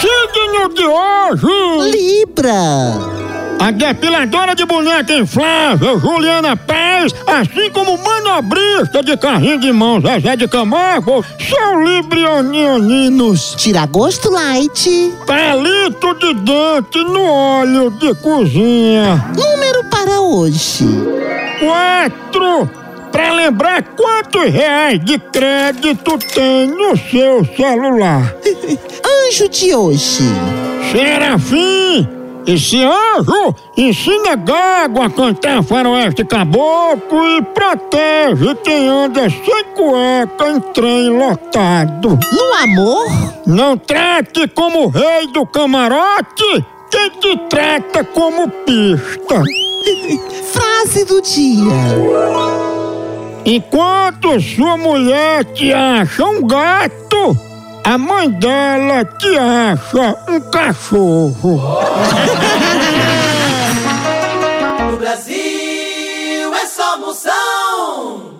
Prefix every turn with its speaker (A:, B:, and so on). A: signo de hoje!
B: Libra!
A: A depiladora de boneca inflável Juliana Paz, assim como o manobrista de carrinho de mão Zezé de Camargo, são librionianinos.
B: Tira gosto light.
A: Palito de dente no óleo de cozinha.
B: Número para hoje.
A: Quatro. Pra lembrar quantos reais de crédito tem no seu celular.
B: Anjo de hoje.
A: Serafim, esse anjo ensina gago a cantar faroeste caboclo e protege quem anda sem cueca em trem lotado.
B: No amor,
A: Não trate como rei do camarote quem te trata como pista.
B: frase do dia.
A: Enquanto sua mulher te acha um gato, a mãe dela te acha um cachorro.
C: No Brasil é só moção.